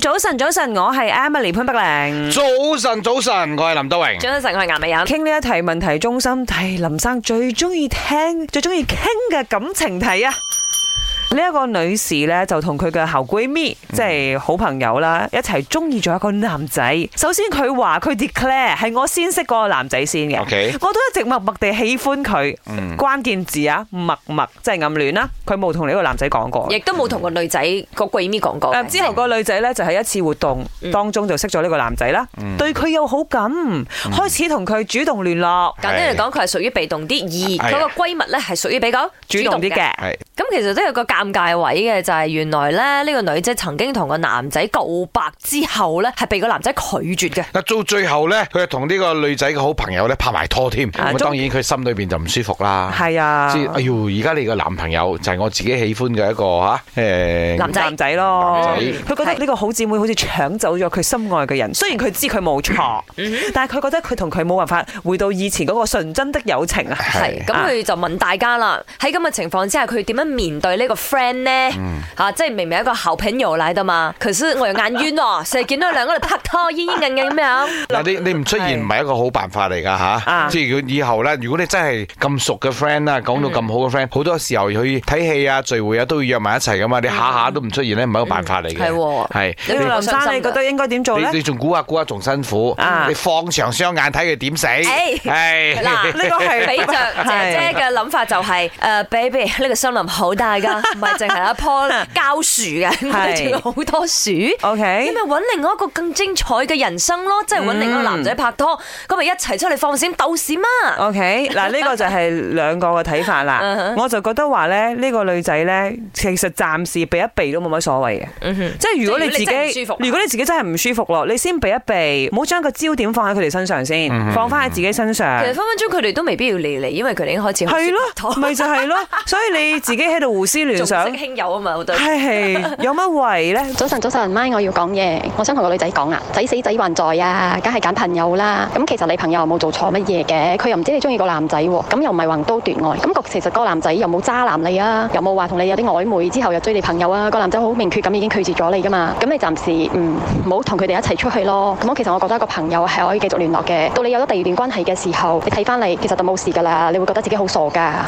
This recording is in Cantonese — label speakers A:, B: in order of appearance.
A: 早晨，早晨，我係 Emily 潘碧玲。
B: 早晨，早晨，我係林德榮。
C: 早晨，我係顏美人。
A: 傾呢一題問題中心題，林生最中意聽、最中意傾嘅感情題啊！呢一個女士呢，就同佢嘅好閨蜜，
B: 嗯
A: 即係好朋友啦，一齊中意咗一個男仔。首先佢話佢 declare 係我先識嗰個男仔先嘅
B: OK
A: 我都一直默默地喜歡佢。
B: 嗯
A: 關鍵字啊，默默即係暗戀啦，佢冇同呢個男仔講過嘅。
C: 亦都冇同個女仔個閨蜜講
A: 誒
C: 過嘅。
A: 之後個女仔呢，就喺一次活動
C: 嗯
A: 當中就識咗呢個男仔啦，對佢有好感，開始同佢主動聯絡，
C: 簡單嚟講，佢係屬於被動啲，而
B: 係
C: 佢個閨蜜咧係屬於比較
A: 主動啲。嘅。
B: 係
C: 咁其實都有個尷尬位嘅，就係原來咧呢個女仔曾經同個男仔告白之後咧，係被個男仔拒絕嘅。
B: 嗱，到最後咧，佢係同呢個女仔嘅好朋友咧拍埋拖添。咁
A: 啊
B: 啊
A: 中
B: 當然佢心裏邊就唔舒服啦。
A: 係啊
B: 知哎呦，而家你個男朋友就係我自己喜歡嘅一個吓，誒
C: 男仔
A: 男仔咯
B: 男仔，
A: 佢覺得呢個好姊妹好似搶走咗佢心愛嘅人，雖然佢知佢冇錯， 但係佢覺得佢同佢冇辦法回到以前嗰個純真的友情啊。
C: 係，咁
A: 啊
C: 佢就問大家啦，喺咁嘅情況之下，佢點樣面對呢個 friend 呢？啊，即係明明係一個好朋友嚟的嘛，可是我又眼冤喎，成日見到兩個人拍拖，煙煙韌韌咁樣。
B: 嗱，你你唔出現唔係一個好辦法嚟㗎
A: 啊
B: 吓，即係佢以後咧，如果你真係咁熟嘅 friend 啦，講到咁好嘅 friend，好多時候去睇戲啊、聚會啊都要約埋一齊㗎嘛，你下下都唔出現咧，唔係一個辦法嚟嘅。
C: 嗯係喎
B: 係
C: 你
A: 呢個林
C: 好傷心
A: 生，你覺得應該點做
B: 你
A: 呢？
B: 你仲估下估下仲辛苦
A: 啊，哎
B: 你放長雙眼睇佢點 死，哎係
C: 嗱
A: 呢個係
C: 俾 着姐姐嘅諗法就係、誒、baby 呢個森林好大噶， 唔係淨係一棵膠樹嘅，我哋仲有好多樹。你
A: OK，
C: 咪揾另外一個更精彩嘅人生咯，即係揾
A: 嗯
C: 另外一個男仔拍拖，咁咪一齊出嚟放閃鬥閃啊！
A: OK，嗱呢個就係兩個嘅睇法
C: 嗯
A: 啦
C: 哼。
A: 我就覺得話咧，呢個女仔呢，其實暫時避一避都冇乜所謂嘅。嗯即係如果你自
C: 即係
A: 己如
C: 如果你真係唔舒服，
A: 果你自己真係唔舒服啊咯，你先避一避，唔好將個焦點放喺佢哋身上先，放翻喺自己身上
C: 其實。分分鐘佢哋都未必要理你，因為佢哋已經開始
A: 係
C: 好少拍
A: 咯，
C: 拖，
A: 咪就係咯，所以你自己喺度胡思亂
C: 重色
A: 想，
C: 輕友啊嘛，好多人。
A: 係係有乜為呢？
D: 早晨，早晨，媽，我要講嘢，我想同個女仔講啊，仔死仔還在啊，梗係揀朋友啦。咁其實你朋友又冇做錯乜嘢嘅，佢又唔知你中意個男仔喎，咁又唔係橫刀奪愛。咁其實個男仔又冇渣男你啊，又冇話同你有啲曖昧之後又追你朋友啊，個男仔好明確咁已經拒絕咗你噶嘛。咁你暫時嗯唔好同佢哋一齊出去咯。咁我其實我覺得個朋友係可以繼續聯絡嘅。到你有咗第二段關係嘅時候，你睇翻你其實就冇事噶啦，你會覺得自己好傻噶。